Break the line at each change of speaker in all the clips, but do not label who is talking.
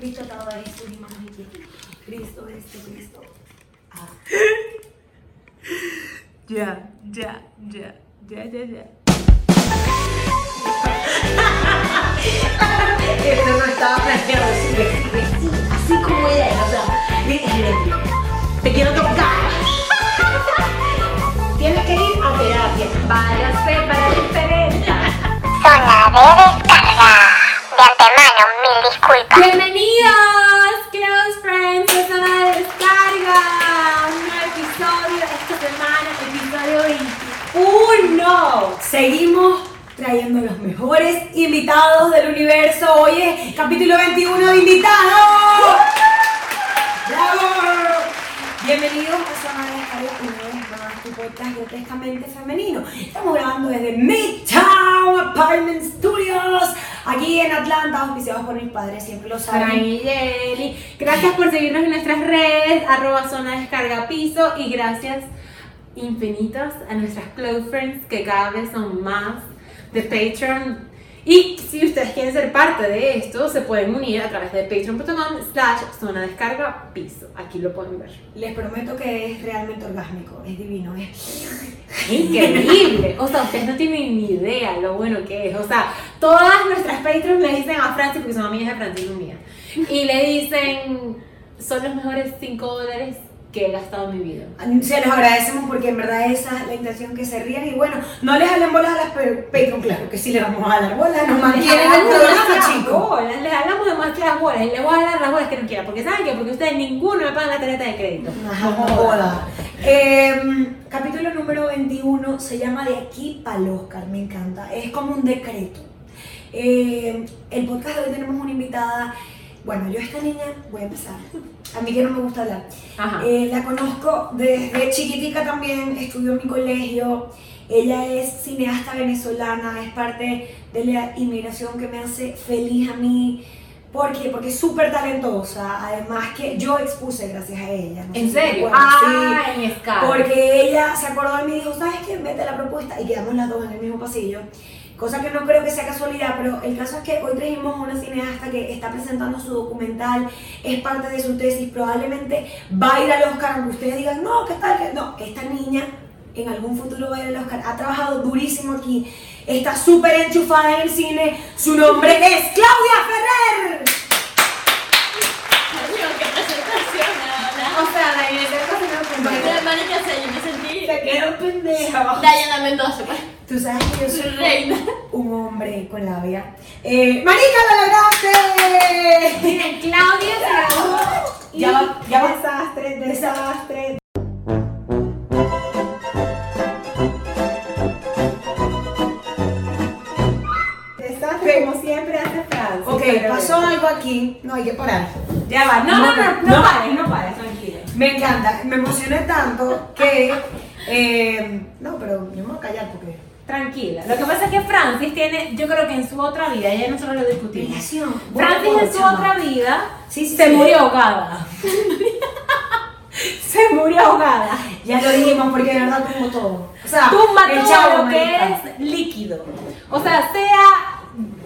Cristo, imagínate. Cristo este, Cristo. Ah,
Ya, ya, ya, ya, ya, ya.
esto no estaba planeado, sí, sí, sí, así como ella es, o sea, mira, mira, te quiero tocar. Tienes que ir a terapia.
Varias para diferentes.
Zona de descarga. De antemano, mil disculpas.
Bienvenidos, Close Friends, a Zona de Descarga. Un nuevo episodio esta semana, episodio 21.
Seguimos trayendo los mejores invitados del universo. Hoy es capítulo 21 de invitados. ¡Bravo! Bienvenidos a Zona de Escario, una vez más, tu podcast grotescamente femenino. Estamos grabando desde Midtown Apartment Studios, aquí en Atlanta, auspiciados por mis padres, siempre lo
Fran
saben.
y Jelly, gracias por seguirnos en nuestras redes, arroba zona descarga piso y gracias infinitas a nuestras close friends que cada vez son más de Patreon. Y si ustedes quieren ser parte de esto, se pueden unir a través de patreon.com slash zona descarga piso. Aquí lo pueden ver.
Les prometo que es realmente orgásmico, es divino, es...
Increíble. O sea, ustedes no tienen ni idea lo bueno que es. O sea, todas nuestras patrons le dicen a Francis, porque son amigas de Francis y mía, y le dicen, son los mejores 5 dólares que he gastado en mi vida.
Se los agradecemos porque en verdad esa es la intención que se rían y bueno, no les jalen bolas a las pe- Patreon, claro que sí le vamos a dar bolas, nos mantienen el
este
programa, chicos.
bolas, les hablamos de más que las bolas y les voy a dar las bolas que no quieran, porque saben que porque ustedes ninguno me pagan la tarjeta de crédito.
Ajá, no joda. Eh, capítulo número 21 se llama De aquí para el Oscar, me encanta. Es como un decreto. Eh, el podcast de hoy tenemos una invitada. Bueno, yo a esta niña voy a empezar. A mí que no me gusta hablar.
Ajá.
Eh, la conozco desde chiquitica también, estudió en mi colegio. Ella es cineasta venezolana, es parte de la inmigración que me hace feliz a mí. ¿Por qué? Porque es súper talentosa. Además que yo expuse gracias a ella. no sé
¿En
si te
serio?
acuerdas.
Ah, en
Sí,
escala.
porque ella se acordó de mí y dijo, ¿sabes qué? Vete la propuesta. Y quedamos las dos en el mismo pasillo. Cosa que no creo que sea casualidad, pero el caso es que hoy trajimos a una cineasta que está presentando su documental, es parte de su tesis, probablemente va a ir al Oscar, aunque ustedes digan, no, ¿qué tal? que-". No, esta niña en algún futuro va a ir al Oscar, ha trabajado durísimo aquí, está súper enchufada en el cine, su nombre es Claudia Ferrer.
Dios, qué presentación, Ana.
O sea, la Inés
Hermana, ¿qué haces? Yo me sentí
se quedó pendeja.
Dayana Mendoza, pues.
Tú sabes que yo soy
Reina.
un hombre con labia. Eh, ¡Marica de
Miren, Claudia se graduó y-
Ya va, ya va. Desastre, desastre.
Desastre, como siempre hace Francis.
Ok,
pero-
pasó algo aquí. No, hay que parar.
Ya va, pues no, no, no, no,
No.
pares, no pares, tranquila.
Me encanta, me emocioné tanto que. eh, no, pero yo me voy a callar porque.
Tranquila. Lo que pasa es que Francis tiene, yo creo que en su otra vida, ya nosotros lo discutimos.
Relación.
Francis en su otra vida
Sí, sí,
se
sí.
murió ahogada. se murió ahogada.
Ya lo dijimos porque de verdad como todo. O sea,
Tumba
el
todo
chavo,
lo Ah, que
marica.
es líquido. O sea, sea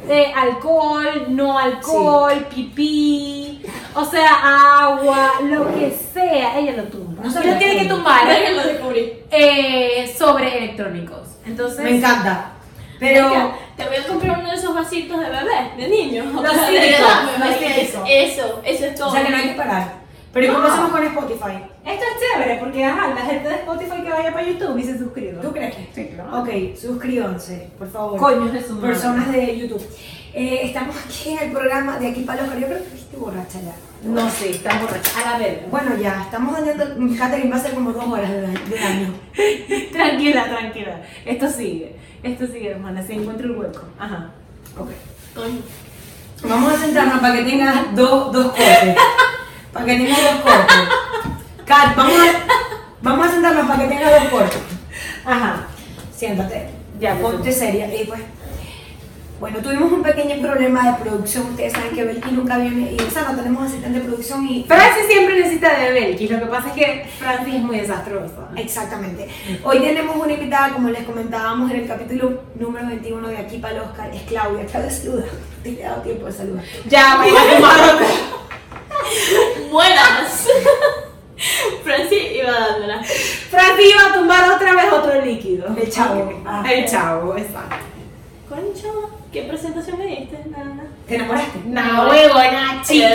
eh, alcohol, no alcohol, pipí, o sea, agua, lo que sea, ella lo tumba.
No se
ella
lo
tiene que
tumba.
tumbar
Dayana lo descubrí.
eh, sobre electrónicos. Entonces,
Me encanta. Pero.
Venga, Te voy a comprar uno de esos vasitos de bebé, de niño.
Los
O sea, de
cítricos,
verdad, me
los
imagino.
cítricos.
Eso, eso es todo.
O sea que no hay que parar. Pero ¿y ¿cómo
No.
hacemos con Spotify?
Esto es chévere porque ajá, la gente de Spotify que vaya para YouTube y se suscriba.
¿Tú crees que?
Sí, claro.
Ok, suscríbanse, por favor.
Coños de su madre.
Personas de YouTube. Eh, estamos aquí en el programa de aquí para los Yo creo que viste borracha ya.
No sé, estamos borrachos. A la verga.
Bueno, ya, estamos dañando. Catherine va a ser como dos horas de, da- de daño.
Tranquila, tranquila. Esto sigue. Esto sigue, hermana. Se encuentra el hueco. Ajá.
Ok.
Coño.
Vamos a centrarnos para que tengas dos, dos cortes. Para que tengas dos cortes. Kat, vamos a, vamos a sentarnos para que tengas dos cortes.
Ajá.
Siéntate.
Ya, me
ponte seria. Y pues, bueno, tuvimos un pequeño problema de producción. Ustedes saben que Belki nunca viene. Y, o sea, no tenemos asistente de producción y.
Francis siempre necesita de Belkis. Lo que pasa es que Francis es muy desastrosa.
Exactamente. Hoy tenemos una invitada, como les comentábamos en el capítulo número 21 de Aquí para el Oscar, es Claudia. Claudia, saluda. Te he dado tiempo de saludar.
Ya, vaya,
mueras. Franci iba dándola.
Franci iba a tumbar otra vez otro líquido.
El chavo. Ah.
El chavo, exacto.
Concho, ¿qué presentación me diste? Nada.
¿Te enamoraste?
No, huevona, chica.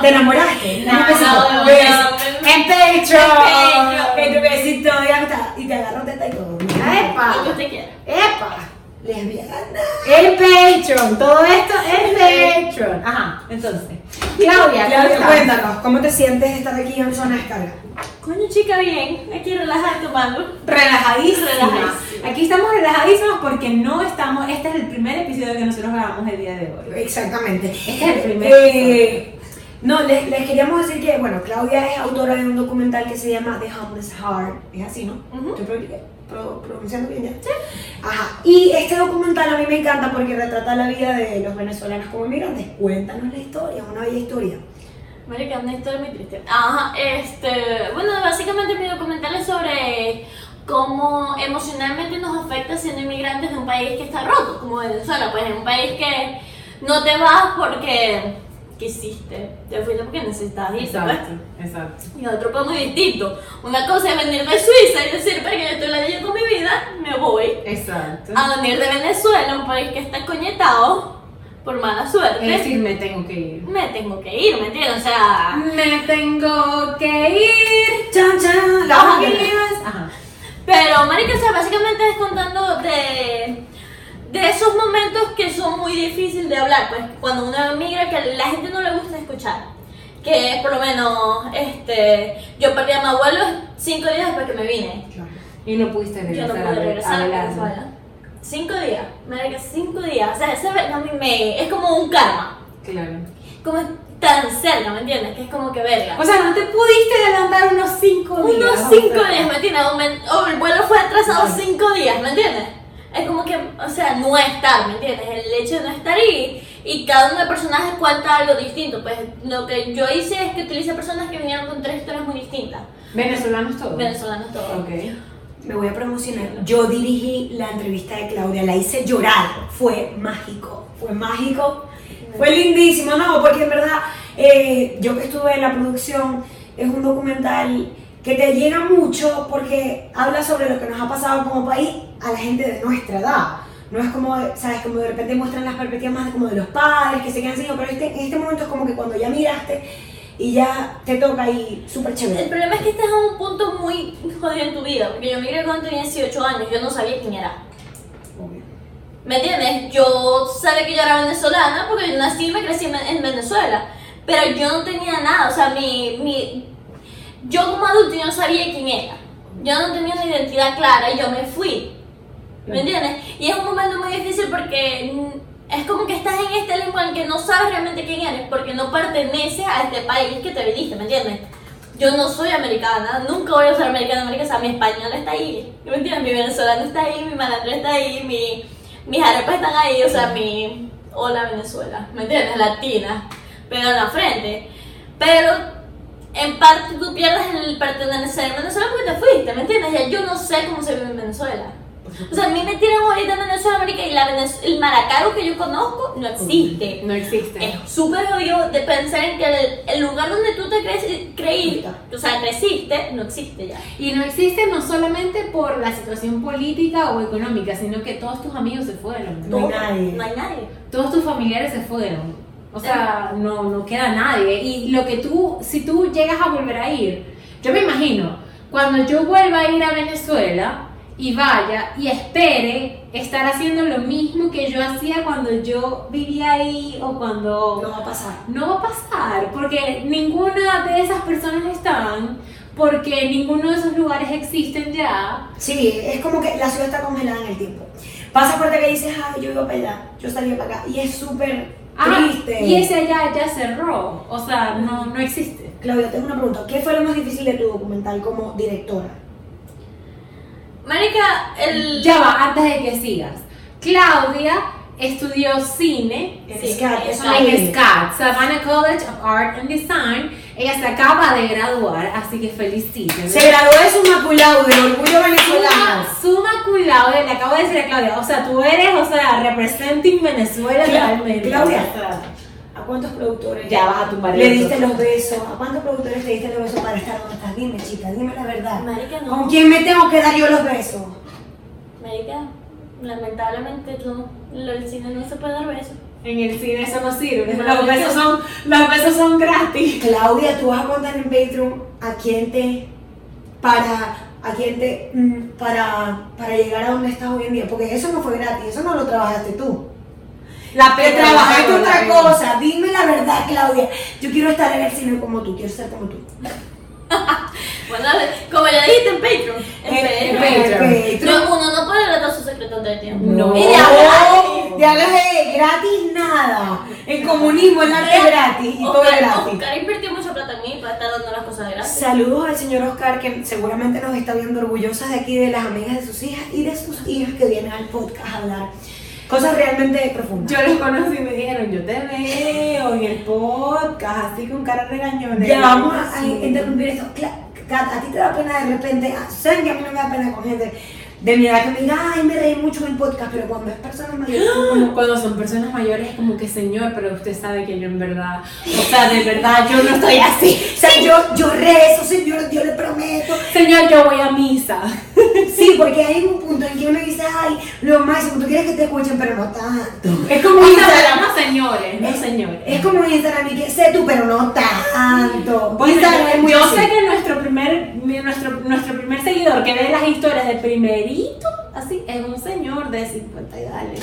¿Te enamoraste?
No,
Un besito.
no,
Bes-
no, no.
En pecho.
En pecho.
En tu besito. Y ahí está. Y te agarró teta y todo.
Lo que
Epa,
usted quiera.
epa.
Lesbiana.
El Patreon, todo esto es Patreon. Ajá, entonces. Claudia, ¿cómo
Claudia,
estás?
cuéntanos, ¿cómo te sientes estar aquí en zona de descarga?
Coño, chica, bien. Aquí relajada tomando.
Relajadísimas.
Relajadísimas.
Aquí estamos relajadísimas porque no estamos. Este es el primer episodio que nosotros grabamos el día de hoy.
Exactamente.
Este es el primer
Eh, no, les, les queríamos decir que, bueno, Claudia es autora de un documental que se llama The Homeless Heart. Es así, ¿no?
Ujú.
Estoy pro- pro- pronunciando bien ya. Ajá. Y este documental a mí me encanta porque retrata la vida de los venezolanos como inmigrantes. Cuéntanos la historia, una bella historia.
Marica, una historia muy triste. Ajá, este. Bueno, básicamente mi documental es sobre cómo emocionalmente nos afecta siendo inmigrantes de un país que está roto, como Venezuela, pues es un país que no te vas porque quisiste, te fuiste porque necesitabas irte, pues.
exacto.
Y otro fue muy distinto. Una cosa es venir de Suiza y decir, para que yo estoy ladilla con mi vida, me voy.
Exacto.
A venir de Venezuela, un país que está coñetado por mala suerte.
Es decir, me tengo que ir.
Me tengo que ir, ¿me entiendes? O sea.
Me tengo que ir.
Chan, chan, la
Ajá.
familia.
Ajá.
Pero, Marica, o sea, básicamente es contando de. De esos momentos que son muy difíciles de hablar, pues cuando uno emigra que la gente no le gusta escuchar. Que por lo menos, este, yo perdí a mi abuelo cinco días después que me vine.
Y no pudiste
Yo
regresar
no
a
pude
ver-
regresar a
hablar.
Venezuela. Cinco días, marica, cinco días. O sea, ese verga a mí me, es como un karma.
Claro.
Como es tan cerca, ¿me entiendes? Que es como que verga.
O sea, no te pudiste adelantar unos cinco días.
Unos
o
cinco
sea.
días, ¿me entiendes? O, me- o el vuelo fue atrasado
Vale.
cinco días, ¿me entiendes? Es como que, o sea, no estar, ¿me entiendes? El hecho de no estar ahí y cada uno de los personajes cuenta algo distinto. Pues lo que yo hice es que utilicé personas que vinieron con tres historias muy distintas.
Venezolanos todos.
Venezolanos todos.
Ok.
Me voy a promocionar. Yo dirigí la entrevista de Claudia, la hice llorar. Fue mágico, fue mágico. Fue lindísimo, no, porque en verdad, eh, yo que estuve en la producción, es un documental que te llega mucho porque habla sobre lo que nos ha pasado como país a la gente de nuestra edad. No es como, ¿sabes? Como de repente muestran las perspectivas más de como de los padres que se quedan sin hijos, pero este, en este momento es como que cuando ya miraste y ya te toca y súper
El
chévere.
problema es que estás en un punto muy jodido en tu vida, porque yo migré cuando tenía 18 años, yo no sabía quién era. ¿Me entiendes? Yo sabía que yo era venezolana porque yo nací y me crecí en en Venezuela, pero yo no tenía nada, o sea, mi, mi- yo como adulto yo no sabía quién era, yo no tenía una identidad clara y yo me fui. ¿Me entiendes? Y es un momento muy difícil porque mm, es como que estás en este limbo en el que no sabes realmente quién eres porque no perteneces a este país que te viniste, ¿me entiendes? Yo no soy americana, nunca voy a ser americana, americana, o sea, mi español está ahí, ¿me entiendes? Mi venezolano está ahí, mi malandro está ahí, mi, mis arepas están ahí, o sea, mi hola Venezuela, ¿me entiendes? Latina, pero en la frente. Pero en parte tú pierdes el pertenecer a Venezuela porque te fuiste, ¿me entiendes? Ya yo no sé cómo se vive en Venezuela. O sea, a mí me tiran ahorita en Venezuela, marica, y la Venez- el Maracaibo que yo conozco no existe.
No existe.
Es súper jodido de pensar en que el, el lugar donde tú te crees, creí, o sea, creciste, no existe ya.
Y no existe no solamente por la situación política o económica, sino que todos tus amigos se fueron.
No hay nadie.
No hay nadie.
Todos tus familiares se fueron. O sea, no, no queda nadie. Y lo que tú, si tú llegas a volver a ir, yo me imagino, cuando yo vuelva a ir a Venezuela y vaya y espere estar haciendo lo mismo que yo hacía cuando yo vivía ahí o cuando
No va a pasar.
no va a pasar porque ninguna de esas personas están, porque ninguno de esos lugares existen ya.
Sí, es como que la ciudad está congelada en el tiempo. Pasa por que dices, ah, yo iba para allá, yo salí para acá. Y es súper
Ah,
triste.
y ese allá ya cerró, o sea, no, no existe.
Claudia, tengo una pregunta. ¿Qué fue lo más difícil de tu documental como directora?
Marica, el.
Ya va, antes de que sigas. Claudia estudió cine
En
Sí,
SCAD, eso no
en
es.
SCAD, Savannah College of Art and Design. Ella se acaba de graduar, así que felicítenla.
Se graduó de su maculaude, orgullo venezolano.
Suma, suma cuidado, eh, le acabo de decir a Claudia, o sea, tú eres, o sea, representing Venezuela
Cla-
realmente.
Claudia.
O sea,
¿A cuántos productores
Ya vas a tumbar el
le
otro.
diste los besos? ¿A cuántos productores le diste los besos para estar donde estás? Dime, chica, dime la verdad.
Marica, no.
¿Con quién me tengo que dar yo los besos?
Marica, lamentablemente no, lo del cine no se puede dar besos.
En el cine eso no sirve.
Bueno,
Los besos son, los besos son gratis.
Claudia, tú vas a contar en Patreon a quién te para a quién te mm, para para llegar a donde estás hoy en día, porque eso no fue gratis, eso no lo trabajaste tú.
La
Te
Petra
trabajaste
bajó
otra
la
cosa, dime la verdad, Claudia. Yo quiero estar en el cine como tú, quiero ser como tú.
Bueno, a ver, como ya dijiste en Patreon.
Eh, En- en
Patreon.
Patreon.
Patreon.
No, uno no puede relatar su secreto de tiempo.
No.
Y de hablar, de hablar de gratis nada. El comunismo, el arte es gratis y todo es
Oscar,
gratis.
Oscar invirtió mucha plata en mí para estar dando las cosas gratis.
Saludos al señor Oscar, que seguramente nos está viendo orgullosas de aquí, de las amigas de sus hijas y de sus hijas que vienen al podcast a hablar cosas realmente profundas.
Yo los conocí y me dijeron, yo te veo en el podcast, así con cara regañona.
Ya vamos a, a
Sí.
interrumpir esto. Cla- Kat, a ti te da pena de repente, ah, saben que a mí no me da pena con gente de mi edad que me diga, ay, me reí mucho en el podcast, pero cuando es personas mayores,
Como Cuando son personas mayores, es como que señor, pero usted sabe que yo en verdad, o sea, de verdad, yo no estoy así.
o sea, yo, yo rezo, señor, yo le prometo.
Señor, yo voy a misa.
Sí, porque hay un punto en que uno dice, ay, lo máximo, tú quieres que te escuchen, pero no tanto.
Es como
Misa.
Instagram, no señores, no señores.
Es como Instagram y que sé tú, pero no tanto.
Bueno,
Instagram es muy
yo
así.
sé que nuestro primer, mi- nuestro, nuestro primer seguidor que ve las historias de primerito, así, es un señor de 50 y dale,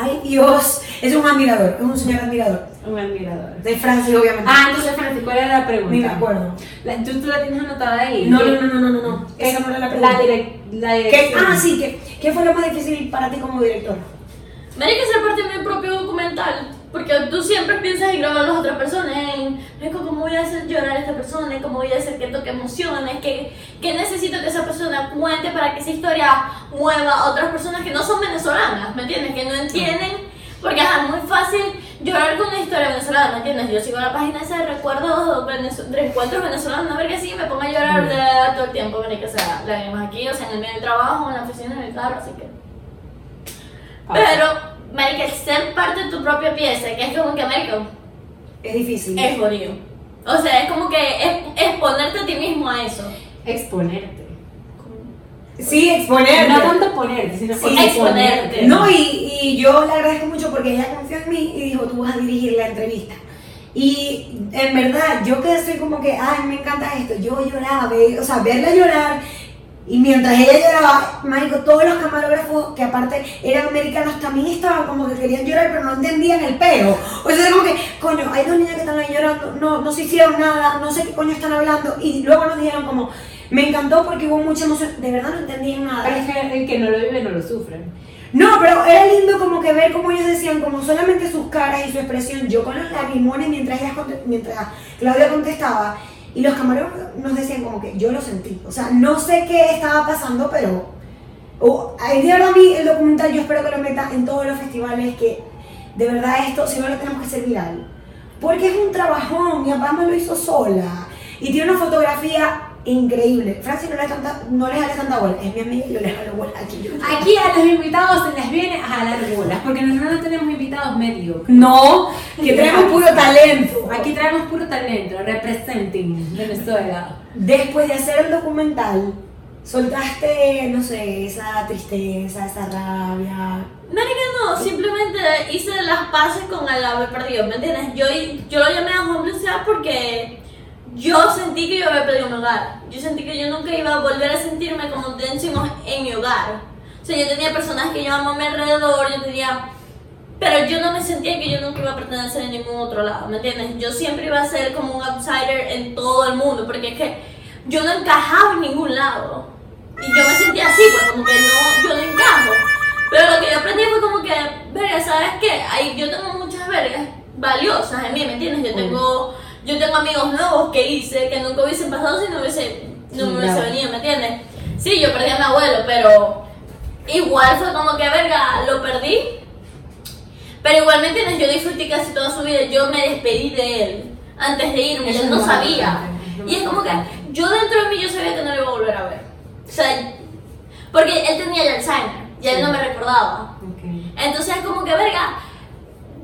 Ay, Dios. Es un admirador, es un señor admirador.
un admirador.
De Francis, obviamente.
Ah, entonces, Francis, ¿cuál era la pregunta?
ni me acuerdo.
La- ¿tú, tú la tienes anotada ahí?
No, no, no, no, no, no, no. Esa no era la pregunta.
La, direc- la
¿Qué?
dirección.
Ah, sí, que, ¿qué fue lo más difícil para ti como director?
Marica, ser parte de mi propio documental. Porque tú siempre piensas en grabar a las otras personas, en "Marico, cómo voy a hacer llorar a esta persona, cómo voy a hacer que toque emociones, que, que necesito que esa persona cuente para que esa historia mueva a otras personas que no son venezolanas, ¿me entiendes? Que no entienden, porque ajá, es muy fácil llorar con una historia venezolana, ¿me entiendes? Yo sigo la página esa de recuerdos venez- de encuentros venezolanos, una verga así, y me pongo a llorar de- todo el tiempo, marica, o sea, lágrimas aquí, o sea, en el medio del trabajo, en la oficina, en el carro, así que...
Ah,
Pero, marica, el ser parte de tu propia pieza, que es como que, marica,
Es difícil.
es jodido. O sea, es como que es, es ponerte a ti mismo a eso.
Exponerte.
Sí, exponer.
No tanto ponerte, sino
Sí,
exponerte.
No, y, y yo le agradezco mucho porque ella confió en mí y dijo, tú vas a dirigir la entrevista. Y en verdad, yo que soy como que, ay, me encanta esto, yo lloraba, ve- o sea, verla llorar. Y mientras ella lloraba, marico, todos los camarógrafos, que aparte eran americanos, también estaban como que querían llorar, pero no entendían el peo. O sea, como que, coño, hay dos niñas que están ahí llorando, no, no se hicieron nada, no sé qué coño están hablando. Y luego nos dijeron como, me encantó porque hubo mucha emoción. De verdad no entendían nada.
Pero es que el que no lo vive no lo sufre.
No, pero era lindo como que ver como ellos decían, como solamente sus caras y su expresión, yo con los lagrimones mientras, ellas conte- mientras Claudia contestaba, y los camarógrafos nos decían como que yo lo sentí, o sea, no sé qué estaba pasando, pero oh, ay, de verdad a mí el documental yo espero que lo meta en todos los festivales, que de verdad esto, si no lo tenemos que hacer viral, porque es un trabajón, mi papá me lo hizo sola, y tiene una fotografía increíble, Francis no le da tanta, no le jale tanta bola, es mi amiga y yo le jalo bola aquí. yo-
Aquí a los invitados se les viene a jalar bolas, porque nosotros no tenemos invitados medio.
No, que tenemos puro talento.
Aquí traemos puro talento, representing Venezuela.
Después de hacer el documental, soltaste, no sé, esa tristeza, esa rabia.
Marica, no, simplemente hice las paces con el haber perdido, ¿me entiendes? Yo, yo lo llamé a Homeless Sea porque yo sentí que yo había perdido mi hogar. Yo sentí que yo nunca iba a volver a sentirme como decimos en mi hogar. O sea, yo tenía personas que yo amo a mi alrededor, yo tenía... Pero yo no me sentía que yo nunca iba a pertenecer a ningún otro lado, ¿me entiendes? Yo siempre iba a ser como un outsider en todo el mundo, porque es que yo no encajaba en ningún lado. Y yo me sentía así, pues como que no, yo no encajo. Pero lo que yo aprendí fue como que, verga, ¿sabes qué? Ahí yo tengo muchas vergas valiosas en mí, ¿me entiendes? Yo tengo, yo tengo amigos nuevos que hice que nunca hubiesen pasado si no hubiese, no me hubiese
Claro.
venido, ¿me entiendes? Sí, yo perdí a mi abuelo, pero igual fue como que, verga, lo perdí, pero igualmente ¿no? yo disfruté casi toda su vida, yo me despedí de él antes de irme,
Eso
yo
es
no
muy
sabía.
importante, es muy
Y es como que
importante.
yo dentro de mí yo sabía que no lo iba a volver a ver. O sea, porque él tenía el Alzheimer y él
Sí.
no me recordaba. Entonces es como que, verga,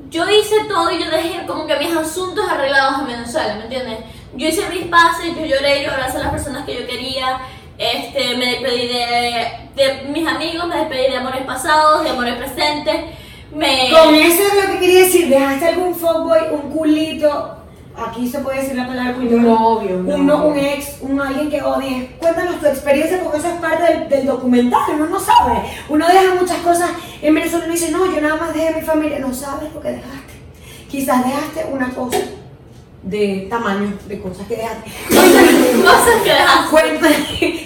yo hice todo y yo dejé como que mis asuntos arreglados en Venezuela, ¿me entiendes? Yo hice mis pases, yo lloré, yo abracé a las personas que yo quería, este, me despedí de, de mis amigos, me despedí de amores pasados, de amores presentes, me...
Con eso es lo que quería decir. Dejaste algún fuckboy, un culito. Aquí se puede decir la palabra culito.
Un novio, un
Un, no-
novio.
un ex, un alguien que odies. Cuéntanos tu experiencia porque eso es parte del, del documental. Uno no sabe. Uno deja muchas cosas. En Venezuela uno dice, no, yo nada más dejé mi familia. No sabes lo que dejaste. Quizás dejaste una cosa de tamaño, de cosas que dejaste.
Cosas que dejaste.
Cuenta.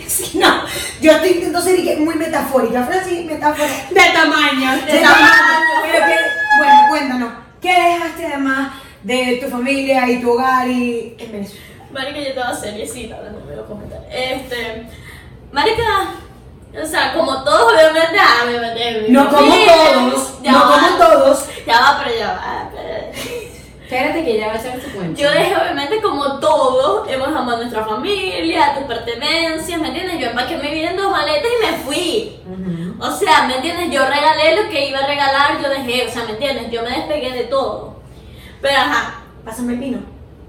Sí, no, yo estoy entonces dije muy metafórica. Francis, metafórica.
De tamaño.
De
De
tamaño.
Pero que, bueno, cuéntanos, ¿qué dejaste además de tu familia y tu hogar y en Venezuela?
Marica, yo estaba seriecita hablando de los comentarios. Este. Marica. O sea, como todos, obviamente, ah, me metí.
No como
Sí,
todos,
ya
no
va,
como todos.
Ya va, pero ya va. pero-
Espérate que ya va a ser su cuenta.
Yo dejé, obviamente, como todos, hemos amado a nuestra familia, tus pertenencias, ¿me entiendes? Yo empaqué mi vida en dos maletas y me fui.
Ujú.
O sea, ¿me entiendes? Yo regalé lo que iba a regalar, yo dejé, o sea, ¿me entiendes? Yo me despegué de todo. Pero ajá,
Pásame el vino.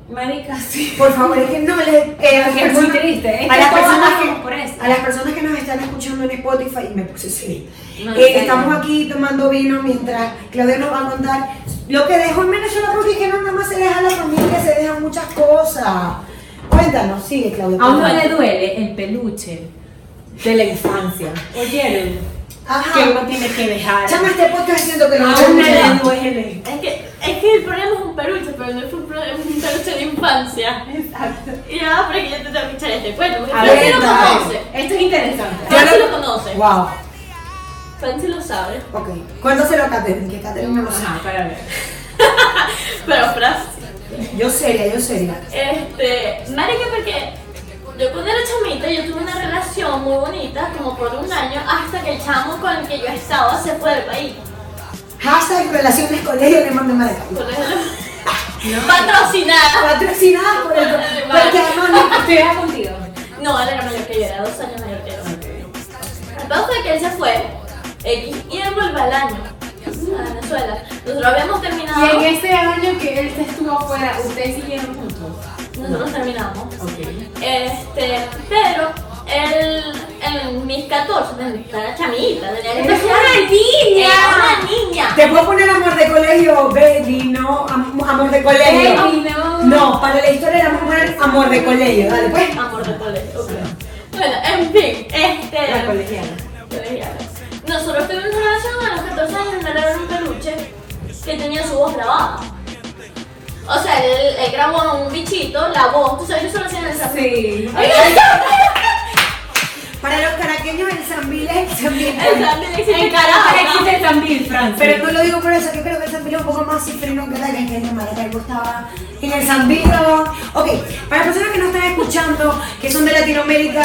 Marica, sí.
Por favor, es que no le. eh, a las
Porque es muy
personas-
triste,
A
es que
las,
todos
personas
pasamos
que,
por eso.
a las personas que nos están escuchando en Spotify, y me puse seria. Eh,
No, en serio.
estamos aquí tomando vino mientras Claudia nos va a contar lo que dejó en Venezuela, porque es que no nada más se deja la familia, se dejan muchas cosas. Cuéntanos, sigue Claudia.
A uno
cuéntanos.
le duele el peluche de la infancia. Oyeron.
Ajá.
Que uno tiene que dejar.
Chama, este podcast siento que no
A uno
escucha.
le duele.
es que, es que el problema es un peluche, pero no es un, pro- es un peluche de infancia.
Exacto.
Ya, pero que yo te tengo que escuchar este cuento.
A
Franci
ver,
lo
a ver.
conoce.
Esto es interesante.
Franci lo conoce.
Wow.
Franci lo sabe.
Ok. Cuéntaselo a Catherine, que Catherine no lo sabe.
Ajá, para ver.
Pero Franci.
Yo seria, yo seria.
Este. Marica, porque yo cuando era chamita, yo tuve una relación muy bonita, como por un año, hasta que el chamo con el que yo estaba se fue del país.
Hashtag relaciones colegio le mando Maracaibo.
Por eso- Patrocinada.
Patrocinada por el. Porque además no.
Estoy contigo.
No, él era mayor que yo, era dos años mayor que yo. Entonces que él se fue, X, y él vuelve al año a Venezuela. Nosotros habíamos terminado.
Y en ese año que él se estuvo afuera, ustedes siguieron juntos.
Nosotros terminamos.
Ok.
Este, pero él en mis 14, estaba chamita, tenía que
Eres
estar-
una niña.
Era una niña.
Te puedo poner amor de colegio, baby, no. am- Amor de
Baby,
colegio.
no.
No, para la historia le vamos a poner amor de colegio. Dale, pues.
Amor de colegio. ok. Bueno, en fin, este.
La colegiala.
colegiala. Nosotros tuvimos una relación a los 14 años, me regalaron un peluche que tenía su voz grabada. O sea, él, él grabó a un bichito, la voz, tú sabes, yo solo hacía en el San-
Sí.
Para los caraqueños, el Zambil es el Zambil.
El San Félix y
En
el
cara para
Caracas.
existe también, Francia.
Pero no lo digo por eso, yo creo que el Zambil es un poco más cifrino que la gente de Maracaibo estaba en el Zambil. ¿no? Ok, para las personas que no están escuchando, que son de Latinoamérica,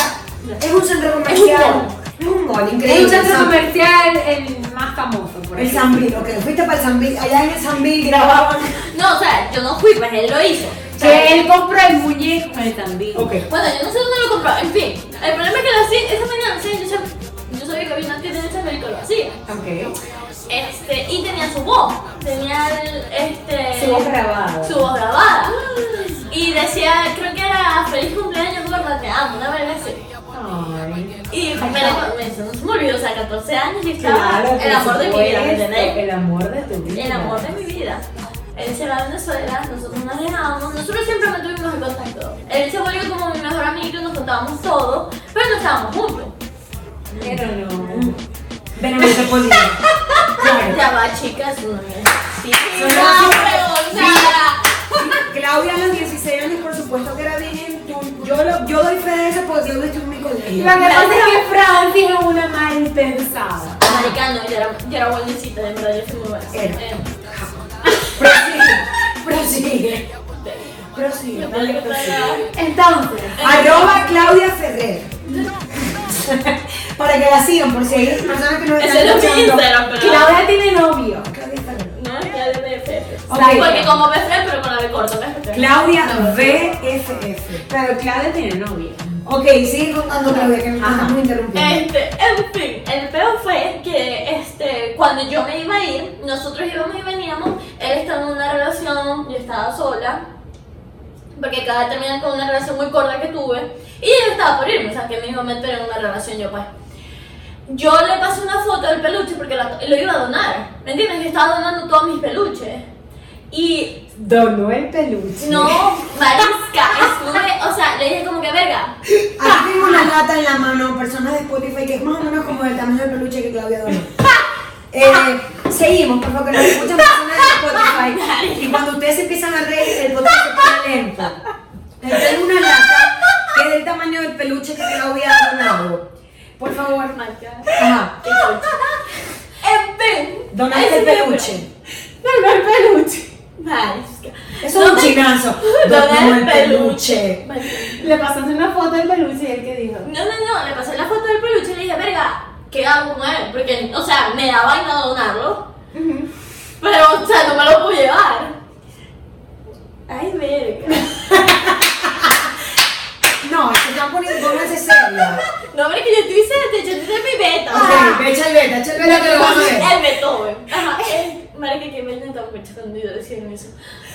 es un centro comercial. Es un gol, increíble.
es un centro
Zambil.
comercial el más famoso, por
El
ejemplo.
Zambil, ok, fuiste para el Zambil, allá en el Zambil grababan.
No, o sea, yo no fui, pues él lo hizo. O sea,
Que él compró el muñeco el también.
Ok.
Bueno, yo no sé dónde lo compró. En fin, el problema es que lo hacía, esa mañana, yo, sab- yo sabía que había una tienda en San Félix que lo hacía.
Ok.
Este, y tenía su voz. Tenía el, este,
Su voz grabada.
su voz grabada. Y decía, creo que era feliz cumpleaños, gorda, te amo, una verga así.
Ay.
Y me, la- me, se nos murió, o sea, 14 años y estaba
por
el amor de mi vida, ¿me
supuesto,
entendéis?
El amor de tu vida.
El amor de mi vida. Él se va a Venezuela, nosotros nos dejábamos, nosotros siempre mantuvimos el contacto. Él se volvió como mi mejor amigo, nos contábamos todo, pero no estábamos juntos.
Pero no.
Venamos se podía. Claro.
Ya va, chicas, uno mira. Sí,
Son
no,
las-
pero, o sea,
Claudia a los 16 años, por supuesto que era virgen. tú- Yo, lo- yo doy fe de eso porque yo estuve en mi colegio.
Lo que pasa es que Francia es una mal pensada.
Maricano, yo era, yo era buenísita, de verdad, yo fui muy buena.
Era.
Eh,
Prosigue, prosigue. Prosigue,
yo
dale,
creo que
prosigue.
estaba-
Entonces,
Arroba Claudia Ferrer. Para que la sigan, por si hay personas que no
Ese
están
no es mi
escuchando.
Instagram, pero-
Claudia tiene novio.
Claudia Ferrer.
No, ya de BFF.
Ok.
Porque como BFF, pero con la B corta, BFF.
Claudia VFF.
Pero Claudia tiene novio.
Ok, sigue contando Claudia, que me
Ajá.
estamos interrumpiendo.
Este, en fin, el peor fue que este, cuando yo me iba a ir, nosotros íbamos y veníamos, Él estaba en una relación, yo estaba sola, porque acababa de terminar con una relación muy corta que tuve, y yo estaba por irme, o sea, que me iba a meter en una relación yo, pues. Yo le pasé una foto del peluche porque la- lo iba a donar, ¿me entiendes? Yo estaba donando todos mis peluches. Y
Donó el peluche.
no, Marisca, estuve, o sea, le dije como que verga.
Aquí tengo una lata en la mano, personas de Spotify, que es más o menos como el tamaño del peluche que Claudia donó. Eh, seguimos, por favor, que nos escuchan personas de Spotify. Y cuando ustedes empiezan a reír, el botón se pone lento. Les tengo una lata que es del tamaño del peluche que Claudia donado. Por favor.
Marica.
Ajá.
En fin.
Donaste el
ese fue-
peluche.
Donó el peluche.
Marisca.
Eso es un
Doné-
chinazo.
Doné
Donó
el
el peluche.
peluche.
Le pasaste una foto del peluche y él que dijo.
No, no, no, le pasé la foto del peluche y le dije, verga, ¿qué hago con él? Porque, o sea, me da vaina donarlo. Pero, o sea, no me lo puedo llevar. Ay, verga.
No, se están poniendo, pónganse seria.
No, hombre, que yo estoy cerca, yo estoy en mi beta. o sea.
Ok, echa el beta, echa el beta que lo vas a ver.
El Beethoven. Ajá, el. Marica, que me intentado mucho cuando yo decían eso.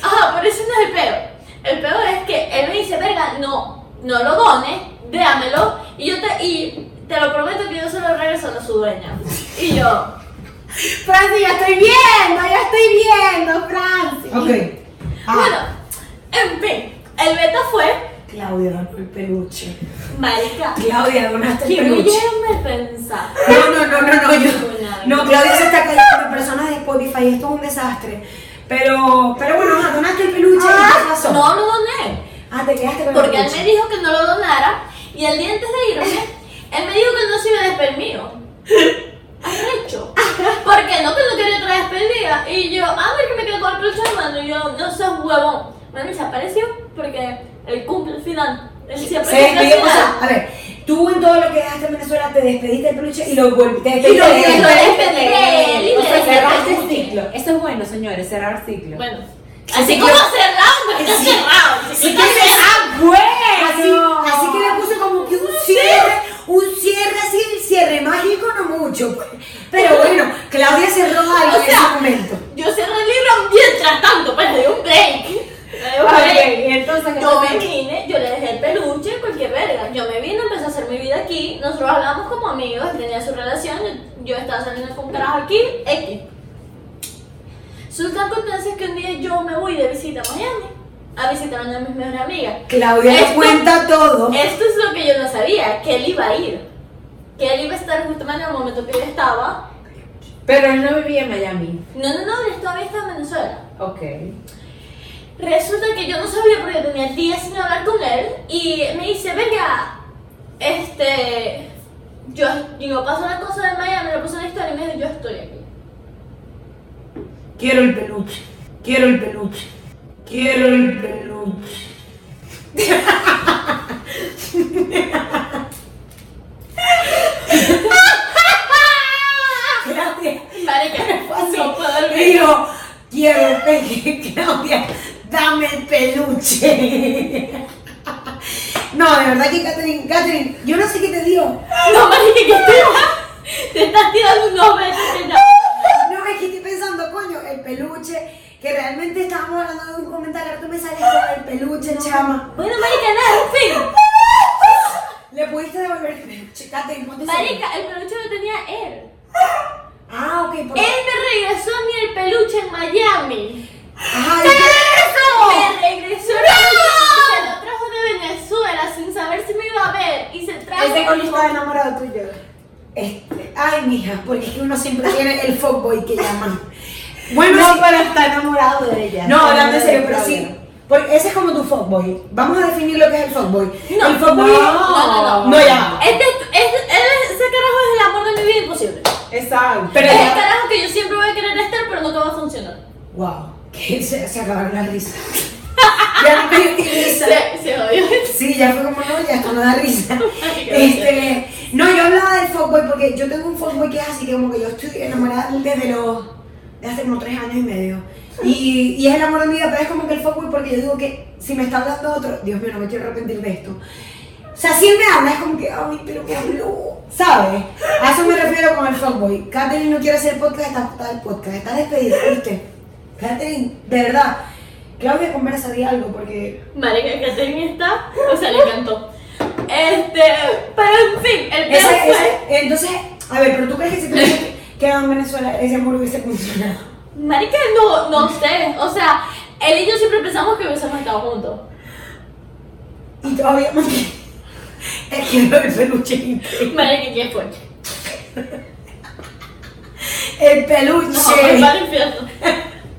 Ajá, pero ese no es el peor. El peor es que él me dice, verga, no, no lo dones, déamelo. Y yo te, y te lo prometo que yo se lo regreso a su dueña. Y yo,
Ah.
Franci, ya estoy viendo, ya estoy viendo, Franci.
Ok. Ah.
bueno, en fin, el beta fue,
Claudia donó el peluche.
marica,
Claudia donaste el
que
peluche.
me pensar.
No, no, no, no, no, yo. No, Claudia se está cayendo por personas de Spotify, esto es un desastre. Pero, pero bueno, ajá, donaste el peluche y Ah, qué pasó.
Ah, No lo doné.
Ah, te quedaste con
Porque
el
él
peluche.
me dijo que no lo donara y el día antes de irme, él me dijo que no se iba a despedir mío. Arrecho. Porque no, que no quería otra despedida. Y yo, a ver que me quedo con el peluche de mano. Y yo, no seas huevón. Bueno, y se apareció porque él cumple el final. Él siempre
Se
cumple el
despidió, o sea,
final.
a ver, tú en todo lo que dejaste en Venezuela te despediste del peluche y lo volviste.
Y lo- y lo
"Este
despedí de él, y
O
le
sea,
despedí
cerraste
del
el ciclo.
Eso es bueno, señores, cerrar ciclo.
Bueno. Así como cerrado, porque está cerrado.
Sí
Está
que se-
¡Ah,
cerrado.
güey. Así, así que le puse como que un cierre, un cierre así, el cierre mágico no mucho. pues. Pero bueno, Claudia cerró algo
O
en ese
sea,
momento.
Yo cerré el libro mientras tanto, pues le di un break. Le di un
Ok,
break.
y entonces. ¿qué
Yo
pasó?
me vine, yo le dejé el peluche, cualquier verga. Yo me vine, empecé a hacer mi vida aquí. Nosotros hablamos como amigos, él tenía su relación. yo- Yo estaba saliendo con un carajo aquí, X. Sus circunstancias que un día yo me voy de visita a Miami a visitar a una de mis mejores amigas.
Claudia
Esto-
le cuenta todo.
Esto es lo que yo no sabía: que él iba a ir. Que él iba a estar justamente en el momento que yo estaba.
Pero él no vivía en Miami.
No, no, no, él todavía estaba en Venezuela.
Ok.
Resulta que yo no sabía porque tenía días sin hablar con él y me dice, venga, este, yo, digo, pasó una cosa de Miami, le puse una historia y me dijo, yo estoy aquí.
Quiero el peluche. Quiero el peluche. Quiero el peluche. Claudia
Marica, no puedo
le
dormir.
dijo, quiero el peluche. Claudia, dame el peluche. No, de verdad que Catherine, Catherine, yo no sé qué te dio.
No, marica, que estoy- te estás tirando unos besos que ya-
No, es que estoy pensando, coño, el peluche, que realmente estábamos hablando de un comentario, ahora tú me sales con el peluche, chama.
Bueno, marica, nada, en
Le pudiste devolver el peluche, Catherine, ponte
fin.
seria.
Marica, el peluche lo tenía él.
Ah, ok,
Él
por
me regresó a mí el peluche en Miami.
Ajá,
¡Te
y-
regreso! Me regresó el peluche, se lo trajo de Venezuela sin saber si me iba a ver y se trajo.
Ese coño estaba enamorado tuyo.
Este, ay, mija, porque es que uno siempre tiene el fuckboy que llama. Bueno, sí.
pero está enamorado de ella.
No,
Está
hablando en serio, pero
enamorado de
sí. Porque ese es como tu fuckboy. Vamos a definir lo que es el fuckboy.
No,
el fuckboy.
no, no, no.
No, ya. va.
Este, este, él- ese carajo es el amor de mi vida imposible.
ella. Exacto.
Pero
Es el
ya-
carajo que yo siempre voy a querer estar, pero nunca va a funcionar.
Wow. Que se, se acabaron las risas. ya no me dio risa.
Se, se jodió.
Sí, ya fue como no, ya esto no da risa.
Ay, qué
Este, no, yo hablaba del fuckboy porque yo tengo un fuckboy que es así que como que yo estoy enamorada desde los, de hace como tres años y medio. Y, y es el amor de mi vida, pero es como que el fuckboy porque yo digo que si me está hablando otro, Dios mío, no me quiero arrepentir de esto. O sea, si él me habla es como que, ay, pero me habló. ¿Sabes? A eso me refiero con el fuckboy. Katherine no quiere hacer podcast, está agotada el podcast, está despedida, ¿viste? Catherine, de verdad, Claudia, conversa de algo porque
Vale, que Catherine está, o sea, le encantó. Este, pero en fin, el peor
Ese-
fue.
ese- entonces, a ver, pero tú crees que si tuviese quedado en Venezuela ese amor hubiese funcionado.
Marica, no, no sé. O sea, él y yo siempre pensamos que hubiésemos estado juntos.
Y todavía me Te quiero el peluche.
Marica, ¿qué fue?
El peluche.
Nos vamos para el infierno.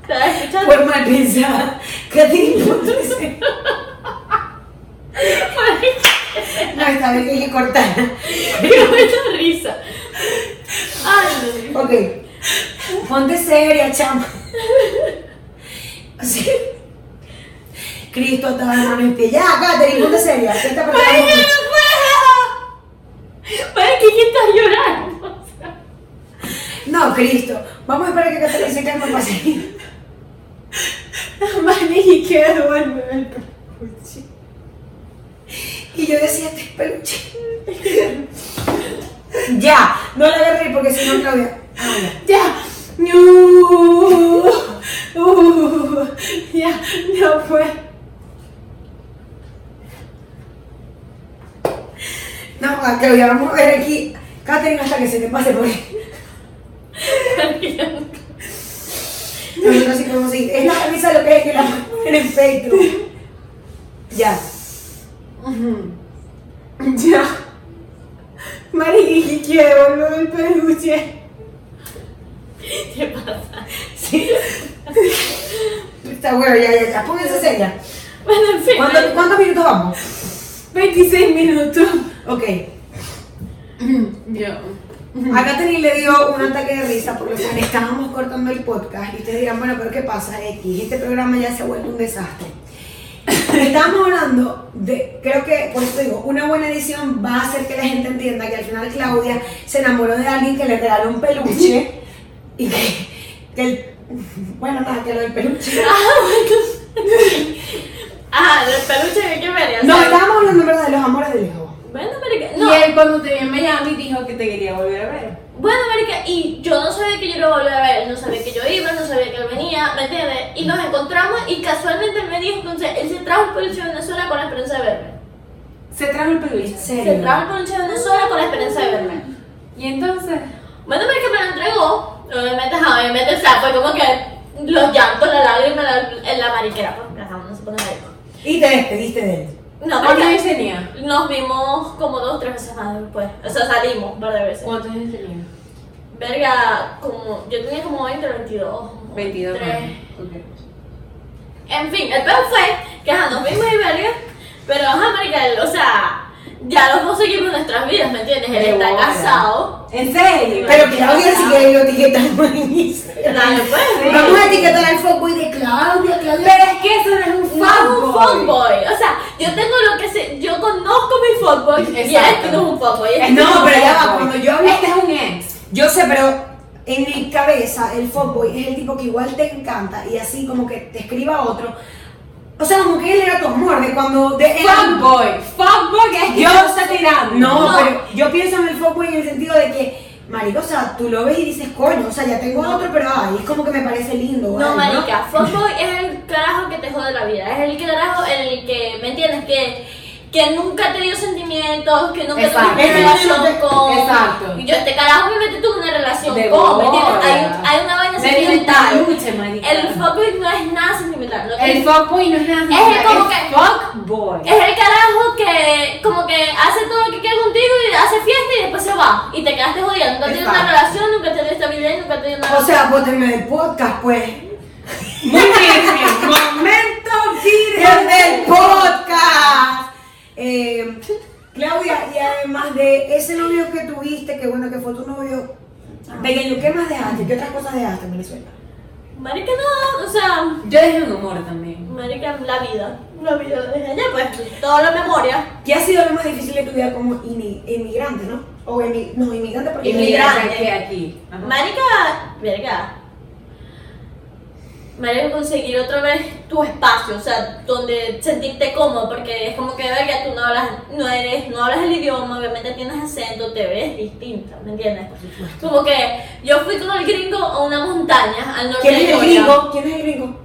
¿Estás escuchando?
Por mal pensada. Catherine, no te sé.
Marica,
No, esta vez hay que cortar.
qué buena risa. Ay, no.
Ok. Ponte seria, chama. Sí. Cristo estaba en mano y pie. Ya, Catherine, ponte seria. ¿Qué está pasando?
Marica, no puedo. Marica, ¿qué estás llorando?
No, Cristo. Vamos a esperar a que Catherine se calme para seguir.
Mani, queda duerme el peluche.
Y yo decía, este es peluche. ya, no la agarré porque si no, Claudia. habla.
Ya. No. Uh, ya, no fue.
No, a Claudia, vamos a ver aquí. Catherine, hasta que se te pase por ahí.
Marica,
Nosotros sí podemos seguir. Es la camisa de lo que es que la en el Facebook. Ya.
Ya. Mani, quiero volver el peluche.
¿Qué pasa?
Sí. Está bueno, ya, ya, ya. Pónganse seria.
Bueno, en fin.
¿Cuánto- ¿Cuántos minutos vamos?
26 minutos.
Ok.
Yo.
A Katherine le dio un ataque de risa por lo cual estábamos cortando el podcast y ustedes dirán, bueno, pero ¿qué pasa, X? Este programa ya se ha vuelto un desastre. Estábamos hablando de, creo que, por eso digo, una buena edición va a hacer que la gente entienda que al final Claudia se enamoró de alguien que le regaló un peluche y que, que el, bueno, nada, que lo del peluche.
Ah, del peluche, ¿qué verías?
No, estábamos hablando, ¿verdad?, de los amores de lejos.
Bueno, Marica,
Y
no.
él cuando te vio en Miami dijo que te quería volver a ver.
Bueno, marica, y yo no sabía que yo lo iba a volver a ver, no sabía que yo iba, no sabía que él venía, ¿me entiendes? Y nos encontramos y casualmente él me dijo, entonces, él se trajo el peluche de Venezuela con la esperanza de verme.
Se trajo el peluche.
Se trajo el peluche de Venezuela con la esperanza de verme.
Y entonces,
Bueno, marica, me lo entregó, obviamente, ajá, obviamente, o sea, fue como que los llantos, la lágrima, la, la mariquera, pues, ajá, no se pone ahí. pues.
Y te despediste de él.
No,
¿cuántos años
marica,
tenía?
nos vimos como dos, tres veces más después, o sea, salimos un par de veces.
¿Cuántos años tenía?
Verga, como, yo tenía como 20 o 22.
22
tres.
años. Ok.
En fin, el peor fue que ajá, nos vimos y verga, pero ajá, marica, él, o sea, ya los dos seguimos nuestras vidas, ¿me entiendes? Él
Qué
está
bola.
casado.
¿En serio?
Pero Claudia sí que lo etiquetamos en Instagram.
Dale, pues.
Vamos a etiquetar al fuckboy de Claudia, Claudia.
Pero es que eso no es un
No es un
fanboy.
fuckboy. O sea, yo tengo lo que sé, yo conozco mi fuckboy y
Exacto.
este no es un fuckboy. Este
No,
es un
pero ya
fuckboy.
va, cuando yo hablé-
Este es un ex.
Yo sé, pero en mi cabeza el fuckboy es el tipo que igual te encanta y así como que te escriba otro. O sea, como que él era tu amor de cuando... De, era-
Fuckboy. Fuckboy es que
Yo-
no está tirando.
No,
No.
pero yo pienso en el fuckboy en el sentido de que, marico, o sea, tú lo ves y dices, coño, o sea, ya tengo otro, pero ay, es como que me parece lindo.
No,
ay,
marica, fuckboy es el carajo que te jode la vida. Es el carajo en el que, ¿me entiendes? Que, que nunca te dio sentimientos, que nunca
Exacto.
tuviste una
Exacto.
relación con.
Exacto.
Y yo, este carajo me metí tú en una relación
De
con, ¿me
bola.
entiendes? Hay, un- hay una vaina
Le dio un
sentimental.
peluche, marica.
El fuckboy no es nada sentimental. lo que-
El fuckboy no es nada.
Es el como
es
que-
Fuckboy.
es el carajo que, como que hace todo lo que quiere contigo y hace fiesta y después se va. Y te quedaste jodiendo. Nunca te dio una
Exacto.
relación, nunca te dio estabilidad, y nunca te dio nada.
O sea, bótenme del podcast, pues.
Muy bien,
Momento virgen del podcast. Eh, Claudia, y además de ese novio que tuviste, que bueno que fue tu novio, pequeño, ¿qué más dejaste? ¿Qué otras cosas dejaste en Venezuela?
Marica, no, o sea.
Yo dejé un humor también.
Marica, la vida. La vida desde allá, pues. Toda la memoria.
¿Qué ha sido lo más difícil de tu vida como ini- inmigrante, no? O emi- no, inmigrante porque
Inmigrante.
aquí. aquí. Ajá.
Marica, verga. María, conseguir otra vez tu espacio, o sea, donde sentirte cómodo, porque es como que, verga, tú no hablas, no eres, no hablas el idioma, obviamente tienes acento, te ves distinta, ¿me entiendes? Como que yo fui con el gringo a una montaña, al norte
¿Quién
de
es el
Georgia.
gringo? ¿Quién es el gringo?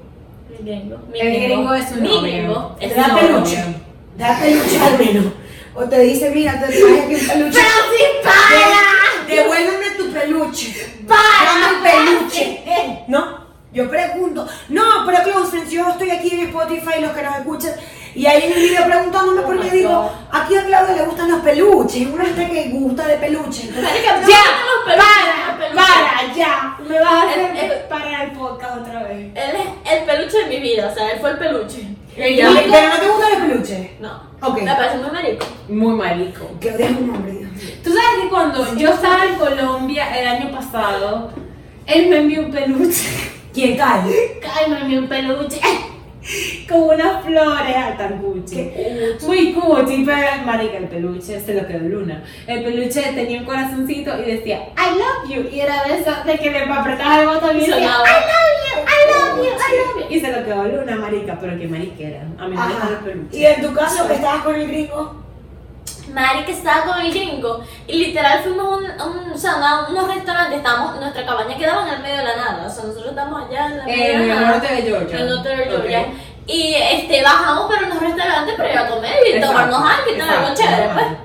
El gringo. Mi
El gringo es un
Mi
novio.
gringo
Te
es un
da
novio.
peluche. Da peluche al menos. O te dice, mira, te traje aquí un peluche.
¡Francis, para!
Devuélveme tu peluche.
¡Para!
Dame el peluche. No, yo pregunto. No, pero Close Friends, yo estoy aquí en Spotify, los que nos escuchan. Y hay un video preguntándome por qué
Oh my
digo,
God.
aquí a Claudia le gustan los peluches. Es una gente que gusta de peluche. Entonces,
Marica, me
Ya,
gustan los peluches, los
para,
peluches.
para, ya. Me vas a
El-
hacer
el-
parar el podcast otra vez.
Él es el peluche de mi vida, o sea, él fue el peluche.
pero no te gustan los peluches.
No.
Ok.
Me parece muy marico.
Muy marico.
Claudia es un hombre, Dios mío.
Tú sabes que cuando yo estaba en Colombia el año pasado, él me envió un peluche.
¿Quién cae?
Ay, me envió un peluche. Con unas flores al tanguche. Muy cuchi, pero marica, el peluche se lo quedó Luna. El peluche tenía un corazoncito y decía I love you. Y era de eso de que le apretabas el botón y decía I
Sonaba.
love you, I love you, I love you. Y se lo quedó Luna, marica, pero que mariquera. A mí me gustan los
Ajá.
peluches.
Y en tu caso, que estabas con el gringo,
Mari que estaba con el gringo y literal fuimos a un, a un- o sea, a unos restaurantes, estábamos, nuestra cabaña quedaba en el medio de la nada, o sea, nosotros estamos allá en la medio
En
de la
el
nada,
norte de Georgia.
en el norte de
Ok.
Georgia. Y este, bajamos para unos restaurantes para ir a comer y
Exacto,
tomarnos algo y tal, algo
exacto,
chévere, pues.
normal.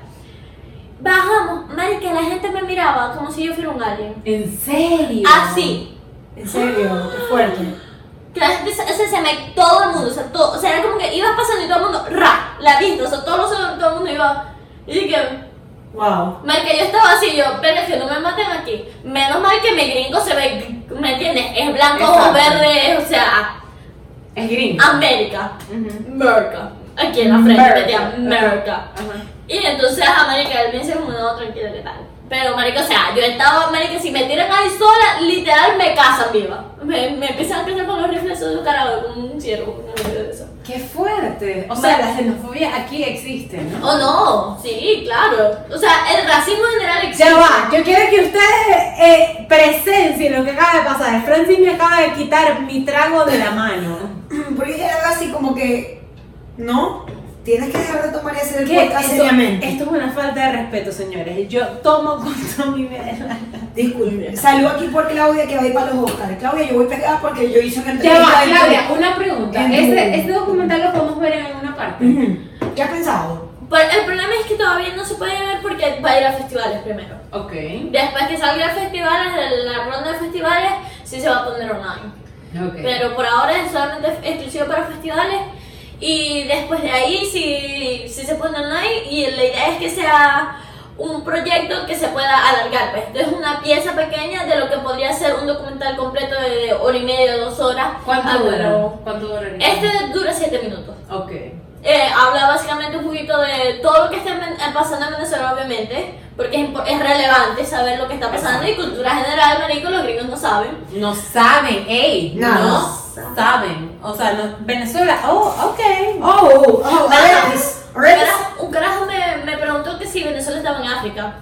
Bajamos, Mari que la gente me miraba como si yo fuera un alien.
¿En serio?
Así.
en serio, qué fuerte.
Que la gente se, se, se me, todo el mundo, o sea, todo, o sea, era como que ibas pasando y todo el mundo, ra, la vista, o sea, todo, los- todo el mundo iba, y dije,
Wow.
mal que yo estaba así, yo, pero que no me maten aquí, menos mal que mi gringo se ve, ¿me entiendes? Es blanco
Exacto.
o verde, o sea,
Es gringo.
América,
Ujú.
Merca, aquí en la frente,
Merca.
me decía, Merca,
Ajá.
y entonces, a marica, él me dice como, no, tranquila, ¿qué tal? Pero, marica, o sea, yo estaba, marica, si me tiran ahí sola, literal, me cazan viva, me, me empiezan a cazar con los rifles de su cara, como un ciervo, una mierda de eso.
Qué fuerte. O sea,
sea,
la xenofobia aquí existe, ¿no?
Oh no, sí, claro. O sea, el racismo en general existe.
Ya va, yo quiero que ustedes eh, presencien lo que acaba de pasar. Francis me acaba de quitar mi trago de la mano.
Porque ella era así como que, no, tienes que dejar de tomar y hacer el
¿Qué?
podcast
Esto,
seriamente.
esto es una falta de respeto, señores. Yo tomo con toda mi vida.
Disculpe, salgo aquí por Claudia que va a ir para los Oscars. Claudia, yo voy pegada porque yo hice una
Ya va,
de-
Claudia, una pregunta.
Ujú.
Ese, ese documental lo podemos ver en alguna parte.
Ujú. ¿Qué has pensado?
Pero el problema es que todavía no se puede ver porque va a ir a festivales primero.
Ok.
Después que salga a festivales, de la ronda de festivales, sí se va a poner online.
Ok.
Pero por ahora es solamente exclusivo para festivales. Y después de ahí sí, sí se pone online. Y la idea es que sea un proyecto que se pueda alargar. Pues. Entonces una pieza pequeña de lo que podría ser un documental completo de hora y media, dos horas. Ah,
¿Cuánto dura?
pero-
¿Cuánto dura? el-
Este dura 7 minutos.
Ok.
Eh, habla básicamente un poquito de todo lo que está en Men- eh, pasando en Venezuela, obviamente, porque es, impo- es relevante saber lo que está pasando y cultura general, marico, los gringos no saben.
No saben, ey.
No.
no saben. O sea, no- Venezuela. Oh, ok.
Oh, oh, oh, a ver, es- a
Un
ver, es-
carajo, un carajo me, me preguntó que si Venezuela estaba en África.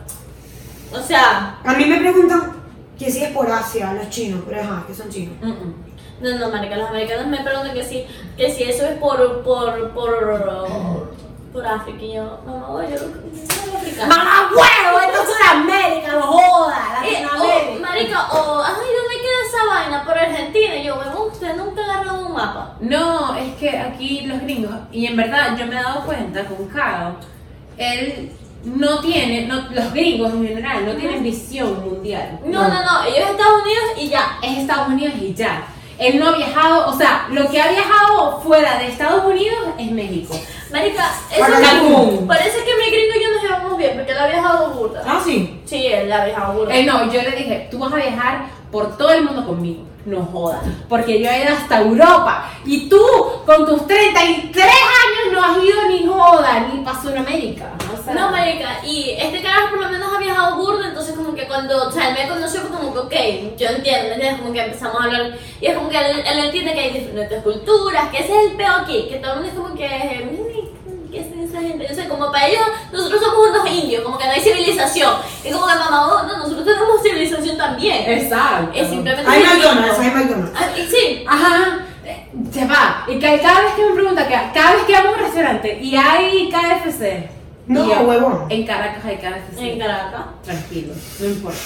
O sea,
A mí me preguntan que si es por Asia, los chinos, pero ajá, que son chinos.
Mm-mm.
no, no, marica, los americanos me preguntan que si, que si eso es por, por, por, por África. Y yo, mamá, güey, yo no soy africana".
¡Mamá huevo! Esto es Sudamérica, no joda,
Eh,
Latinoamérica.
o, marica, o, ay, ¿dónde queda esa vaina? Por Argentina. Y yo, huevón, usted nunca ha agarrado un mapa.
No, es que aquí los gringos, y en verdad yo me he dado cuenta con Cao, él no tiene, no- los gringos en general, no tienen visión mundial.
No, no, no, ellos es Estados Unidos y ya.
Es Estados Unidos y ya. Él no ha viajado, o sea, lo que ha viajado fuera de Estados Unidos es México.
Marica,
Para
Cancún.
eso parece que mi gringo y yo nos llevamos bien, porque él ha viajado burda.
Ah, sí.
Sí, él ha viajado burda.
Eh, no, yo le dije, tú vas a viajar por todo el mundo conmigo. No jodas, porque yo he ido hasta Europa y tú con tus 33 años no has ido ni joda, ni para Sudamérica. O sea,
No, marica, y este carajo por lo menos ha viajado burdo, entonces como que cuando, o sea, él me conoció fue como que, ok, yo entiendo, entonces como que empezamos a hablar, y es como que él, él entiende que hay diferentes culturas, que ese es el peo aquí, que todo el mundo es como que, "Mm, ¿qué hacen esa gente? O sea, como para ellos, nosotros somos unos indios, como que no hay civilización. Y como que mamá, oh, no, nosotros tenemos civilización también.
Exacto.
Es simplemente.
Hay
distinto.
McDonald's, hay McDonald's.
Ah, y sí,
Ajá. eh, Ya va. Y que cada vez que me pregunta, que cada vez que vamos a un restaurante y hay KFC.
No,
Y yo,
huevón.
En Caracas hay KFC.
en Caracas.
Tranquilo, no importa.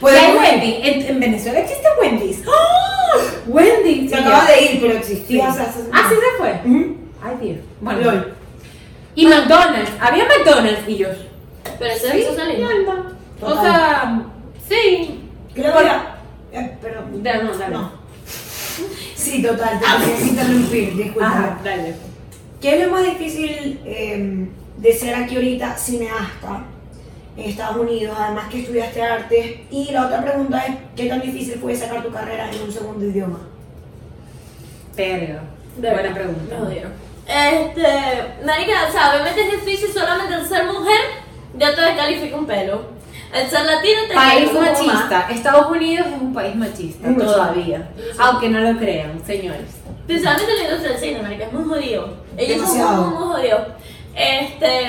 Pues-
¿Y hay Wendy? ¿En, en Venezuela existe Wendy's. ¡Ah! Wendy.
Se
Sí,
acaba
ya.
de ir, pero
Sí.
existía. o sea, hace-
Ah, sí se fue.
Ujú.
Ay, Dios. Bueno.
Lol.
Y McDonald's. Había McDonald's y yo.
Pero ese es socialismo.
mierda. O
Total.
sea, sí.
Creo que era- eh, Perdón.
Dale, no, dale.
No. Sí, total, te quería interrumpir, disculpa.
Ajá, Ah, dale.
¿Qué es lo más difícil eh, de ser aquí ahorita cineasta en Estados Unidos, además que estudiaste arte? Y la otra pregunta es, ¿qué tan difícil fue sacar tu carrera en un segundo idioma?
Pero.
De
Buena
verdad,
pregunta.
Me jodieron. Este, marica, o sea, obviamente es difícil solamente el ser mujer, ya te descalifica un pelo. El ser latino te
País
descalifica un poco más.
machista. Estados Unidos es un país machista
Muy machista.
todavía. Aunque no lo crean, señores.
Principalmente la industria del cine, marica, es muy jodido. Ellos
Demasiado.
son muy, muy, muy jodidos. Este,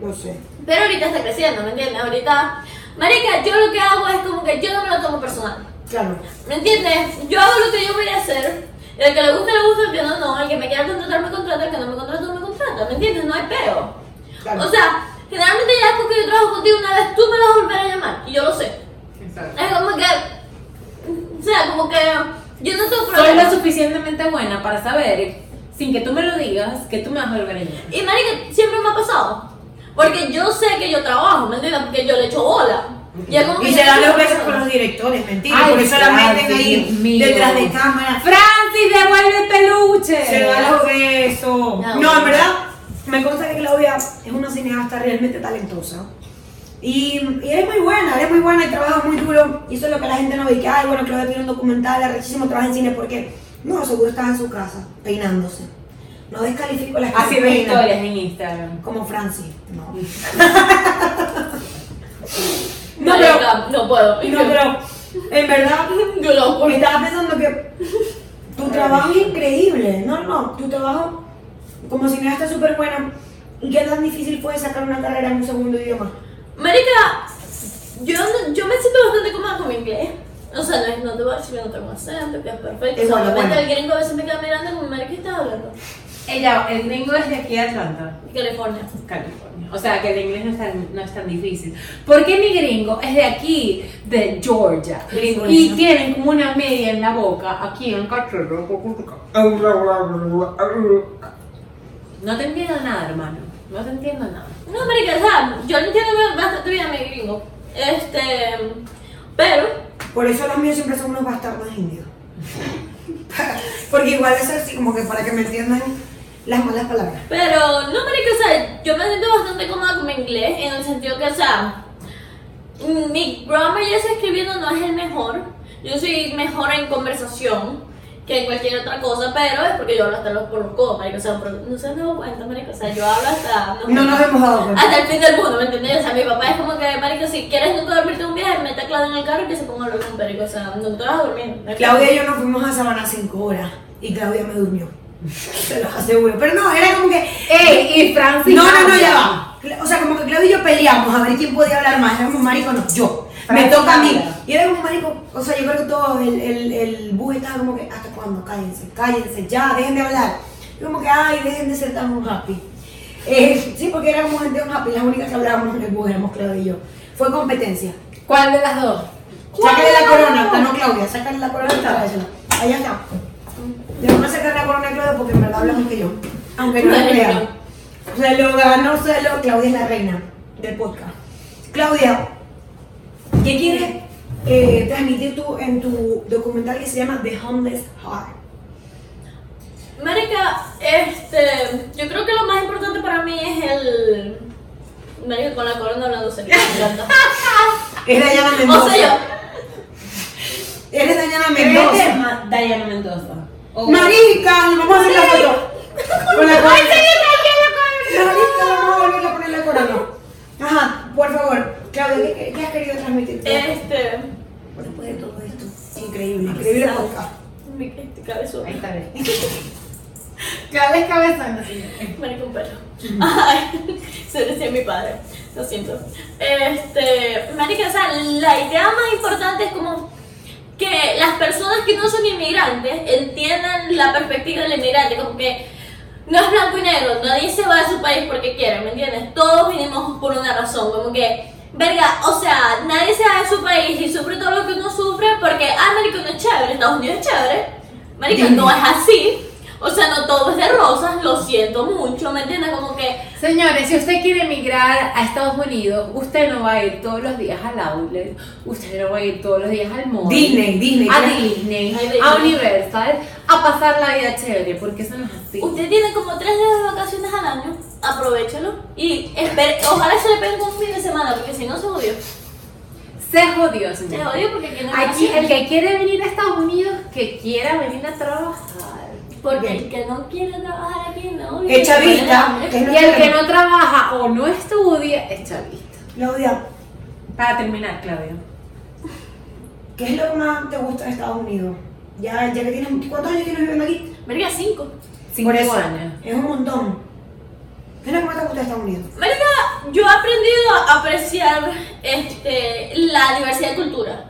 No sé.
pero ahorita está creciendo, ¿me entiendes? Ahorita, marica, yo lo que hago es como que yo no me lo tomo personal.
Claro.
¿Me entiendes? Yo hago lo que yo voy a hacer. El que le gusta, le gusta, el que no, no. El que me quiera contratar, me contrata. El que no me contrata, no me contrata. ¿Me entiendes? No hay peo.
Claro.
O sea, generalmente ya después que yo trabajo contigo una vez, tú me vas a volver a llamar. Y yo lo sé.
Exacto.
Es como que. O sea, como que. Yo no tengo
Soy
problema.
lo suficientemente buena para saber, sin que tú me lo digas, que tú me vas a volver a llamar.
Y marica, siempre me ha pasado. Porque yo sé que yo trabajo, ¿me entiendes? Porque yo le echo bola. Y, es como que
Y se
yo-
dan los besos con los directores, mentira.
Ay,
porque solamente
Francis, Dios
ahí,
mío.
detrás de cámara.
Francis, devuelve el peluche.
Se dan los besos.
No.
No, en verdad, me consta que Claudia es una cineasta realmente talentosa. Y, y eres muy buena, eres muy buena y trabajas muy duro. Y eso es lo que la gente no ve. Que, ay, bueno, Claudia tiene un documental, arrechísimo, trabaja en cine. porque No, seguro estaba en su casa, peinándose. No descalifico las que se
Haciendo
peinan.
historias en Instagram.
Como Francis. No. no, pero,
Marica, no puedo.
no, pero, en verdad,
Yo lo
porque estaba pensando que tu trabajo es increíble. No, no, tu trabajo como cineasta es súper bueno. ¿Y qué tan difícil fue sacar una carrera en un segundo idioma?
Marica, yo, no- yo me siento bastante cómoda con mi inglés. O sea, no, es- no te voy a decir que no tengo acento, que es perfecto.
Es bueno,
Solamente
bueno.
el gringo a veces me queda mirando como, marica, ¿qué estás hablando?
Ella, el gringo es de aquí de Atlanta,
California.
California. O sea, que el inglés no es tan, no es tan difícil. Porque mi gringo es de aquí, de Georgia.
Gringo,
y
¿no?
tienen como una media en la boca, aquí en el cachorro. No te entiendo nada, hermano. No te entiendo nada.
No, marica, o sea, yo lo entiendo bastante bien a mi gringo. Este, pero,
Por eso los míos siempre son unos bastardos indios. Porque igual es así, como que para que me entiendan las malas palabras.
pero, no, marica, o sea, yo me siento bastante cómoda con mi inglés en el sentido que, o sea, mi grammar ya sea escribiendo no es el mejor. Yo soy mejor en conversación que en cualquier otra cosa, pero es porque yo hablo hasta los por los codos, marica, o sea, pero no se han dado cuenta, marica, o sea, yo hablo hasta...
No nos hemos dado cuenta.
hasta el fin del mundo, ¿me entiendes? O sea, mi papá es como que, marica, si quieres nunca dormirte un viaje, mete a Claudia en el carro y que se ponga a hablar con Perico. O sea, no te vas a dormir.
Claudia y yo nos fuimos a Sabana 5 horas y Claudia me durmió. Se los aseguro. Pero no, era como que.
¡Ey! Y Francis.
no, no, no, ya va. Cla- O sea, como que Claudia y yo peleamos a ver quién podía hablar más. Era como, marico, no, yo. Me
Francis
toca a mí.
habla.
Y era como, marico, o sea, yo creo que todo el, el, el bus estaba como que, ¿hasta cuándo? Cállense, cállense, ya, dejen de hablar. Y como que, ay, dejen de ser tan un happy. Eh, sí, porque éramos gente un happy, las únicas que hablábamos en el bus éramos Claudia y yo. Fue competencia.
¿Cuál de las dos?
Sácale la corona, hasta no Claudia, sácale la corona y tráesela. Allá está. Le vamos a sacar la corona a Claudia porque en verdad habla más que yo. Aunque no lo crea. Se lo ganó, se lo. Claudia es la reina del podcast. Claudia, ¿qué quieres eh, transmitir tú en tu documental que se llama The Homeless Heart?
Marica, este, yo creo que lo más importante para mí es el... Marica, con la corona hablando serio. me encanta.
Es Dayana Mendoza.
o sea,
Eres Dayana
Este es
Mendoza.
Ma- Diana Mendoza. Oh. O-
Marica, nos vamos a hacer la foto. Con la corona. Marica, vamos a volver a poner la corona. Ajá, por favor, Claudia, ¿qué, qué has querido transmitir?
yo, este...
Después de todo
este
esto, increíble, increíble podcast.
Mi cabezón.
Ahí está, ve. Claro, cabezón, señor.
Marico, un perro. Ay, se decía mi padre. Lo siento. Este, marica, o sea, la idea más importante es como que las personas que no son inmigrantes entiendan la perspectiva del inmigrante, como que no es blanco y negro, nadie se va de su país porque quiere, ¿me entiendes? Todos vinimos por una razón, como que, verga, o sea, nadie se va de su país y sufre todo lo que uno sufre porque, ah, marico, no es chévere, Estados Unidos es chévere, marica, no es así. O sea, no todo es de rosas, lo siento mucho, ¿me entiendes? Como que
Señores, si usted quiere emigrar a Estados Unidos, usted no va a ir todos los días al outlet, usted no va a ir todos los días al mall,
Disney, Disney.
a
claro.
Disney,
Ay, Disney.
a Universal, a pasar la vida chévere, porque eso no es así.
Usted tiene como tres días de vacaciones al año, aprovechalo y espere, ojalá se le pegue un fin de semana, porque si no se jodió.
Se jodió,
Se
señor.
jodió porque aquí no hay
Aquí el
vacaciones.
que quiere venir a Estados Unidos, que quiera venir a trabajar.
Porque el que no quiere trabajar aquí, no. y
Echa
se muere de
vista.
hambre.
que es
Y
lo
el que no trabaja o no estudia, es chavista.
Claudia,
Para terminar, Claudio.
¿qué es lo que más te gusta de Estados Unidos? Ya, ya que tienes. ¿Cuántos años tienes viviendo aquí?
Verga, cinco.
Cinco
Por eso,
años.
Es un montón. ¿Qué es lo que más te gusta de Estados Unidos?
Verga, yo he aprendido a apreciar este, la diversidad de cultura.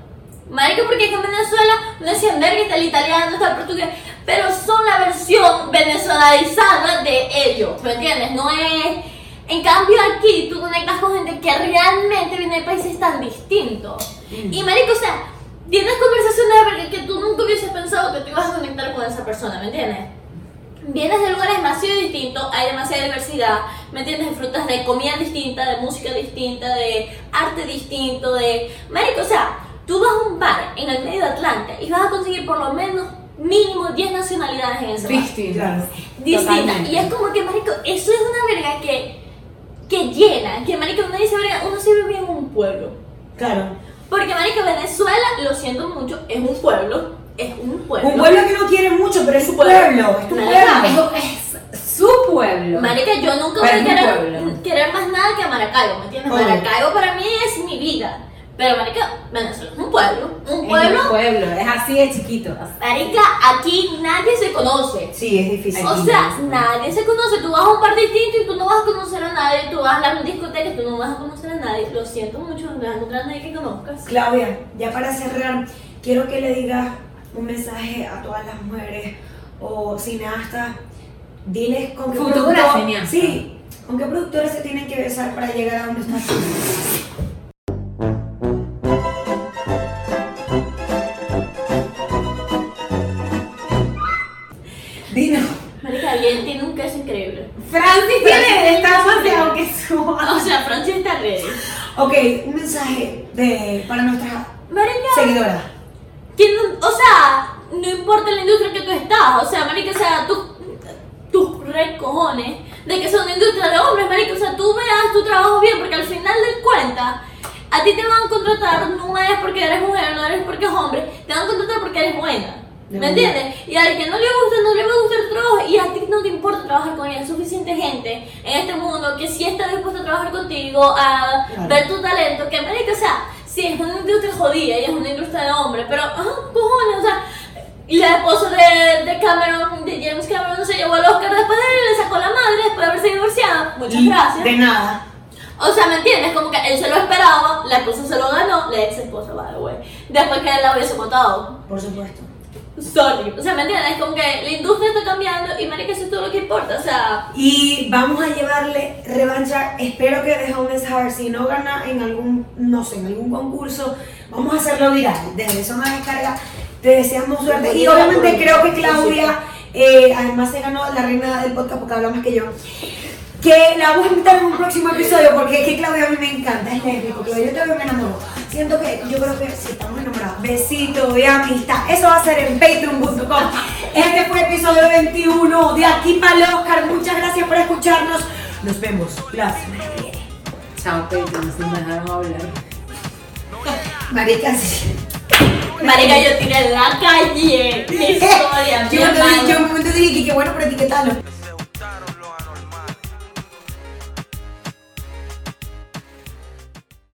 Marico, porque aquí en Venezuela no decían verga, está el italiano, está el portugués, pero son la versión venezolanizada de ellos, ¿me entiendes? No es... En cambio aquí tú conectas con gente que realmente viene de países tan distintos. Y marico, o sea, tienes conversaciones que tú nunca hubieses pensado que tú ibas a conectar con esa persona, ¿me entiendes? Vienes de lugares demasiado distintos, hay demasiada diversidad, ¿me entiendes? Frutas de comida distinta, de música distinta, de arte distinto, de... Marico, o sea, tú vas a un bar en el medio de Atlanta y vas a conseguir por lo menos mínimo 10 nacionalidades en ese bar
Distintas.
Claro.
distinta.
Totalmente.
Y es como que, marico, eso es una verga que, que llena. Que, marico, uno dice, verga, uno se vive bien en un pueblo.
Claro.
Porque, marico, Venezuela, lo siento mucho, es un pueblo. Es un pueblo.
Un pueblo que no quiere mucho, pero es su
Pueblo.
pueblo. Es tu
Claro.
pueblo.
Es, es su pueblo.
Marica, yo nunca voy
Pero
a
es un
querer,
pueblo.
querer más nada que a Maracaibo, ¿me entiendes?
Obvio.
Maracaibo para mí es mi vida. Pero, marica, Venezuela es un pueblo. Un
Es un
pueblo.
pueblo, es así de chiquito. así.
Marica, aquí nadie se conoce.
Sí, es difícil.
O sea, nadie se conoce. Tú vas a un bar distinto y tú no vas a conocer a nadie. Tú vas a la discoteca y tú no vas a conocer a nadie. Lo siento mucho, no vas a encontrar a nadie que conozcas.
Claudia, ya para cerrar, quiero que le digas un mensaje a todas las mujeres o cineastas. Diles con qué
Futuras
productor-
cineastas.
Sí, con qué productores se tienen que besar para llegar a donde estás. tú? Dinos.
Marica, bien, tiene un queso increíble.
Francis tiene, está asociado que
O
suba.
sea, Francia está ready.
Ok, un mensaje de, para nuestras
Marica,
seguidoras.
que no- o sea, no importa la industria que tú estás. O sea, marica, o sea, tú- tus recojones de que son de industria de hombres, marica. O sea, tú veas tu trabajo bien porque al final del cuenta... A ti te van a contratar no es porque eres mujer, no eres porque es hombre, te van a contratar porque eres buena.
De
¿Me entiendes? Y al que no le gusta, no le va a gustar el trabajo y a ti no te importa trabajar con él. Hay suficiente gente en este mundo que sí está dispuesta a trabajar contigo, a
Claro.
ver tu talento. Que marica, o sea, si es una industria jodida y es una industria de hombre, pero, ajá, cojones, o sea, y la esposa de, de Cameron, de James Cameron, se llevó al Oscar después de él, le sacó la madre después de haberse divorciado. Muchas
Y
gracias.
De nada.
O sea, ¿me entiendes? Como que él se lo esperaba, la esposa se lo ganó, la ex esposa, by the way. Después que él la hubiese matado.
Por supuesto.
Sorry. O sea, ¿me entiendes? Como que la industria está cambiando y marica, eso es todo lo que importa. O sea,
Y vamos a llevarle revancha. Espero que de Homeless Heart, si no gana en algún, no sé, en algún concurso, vamos a hacerlo viral. Desde Zona de Descarga te deseamos suerte. Y obviamente creo que Claudia, eh, además se ganó la reina del podcast porque habla más que yo. Que la vamos a invitar en un próximo episodio porque es que Claudia a mí me encanta, es lésbico. Claudia, yo todavía me enamoro. Siento que yo creo que sí, estamos enamorados. Besito de amistad. Eso va a ser en patreon.com. Este fue episodio 21 de Aquí para el Oscar. Muchas gracias por escucharnos. Nos vemos la semana que viene.
Chao, Pedro, nos dejaron hablar.
Marica, sí.
marica, yo tiré en la calle. Mi historia, mi
yo, me
hermano.
yo un momento dije que, que bueno por etiquetarlo.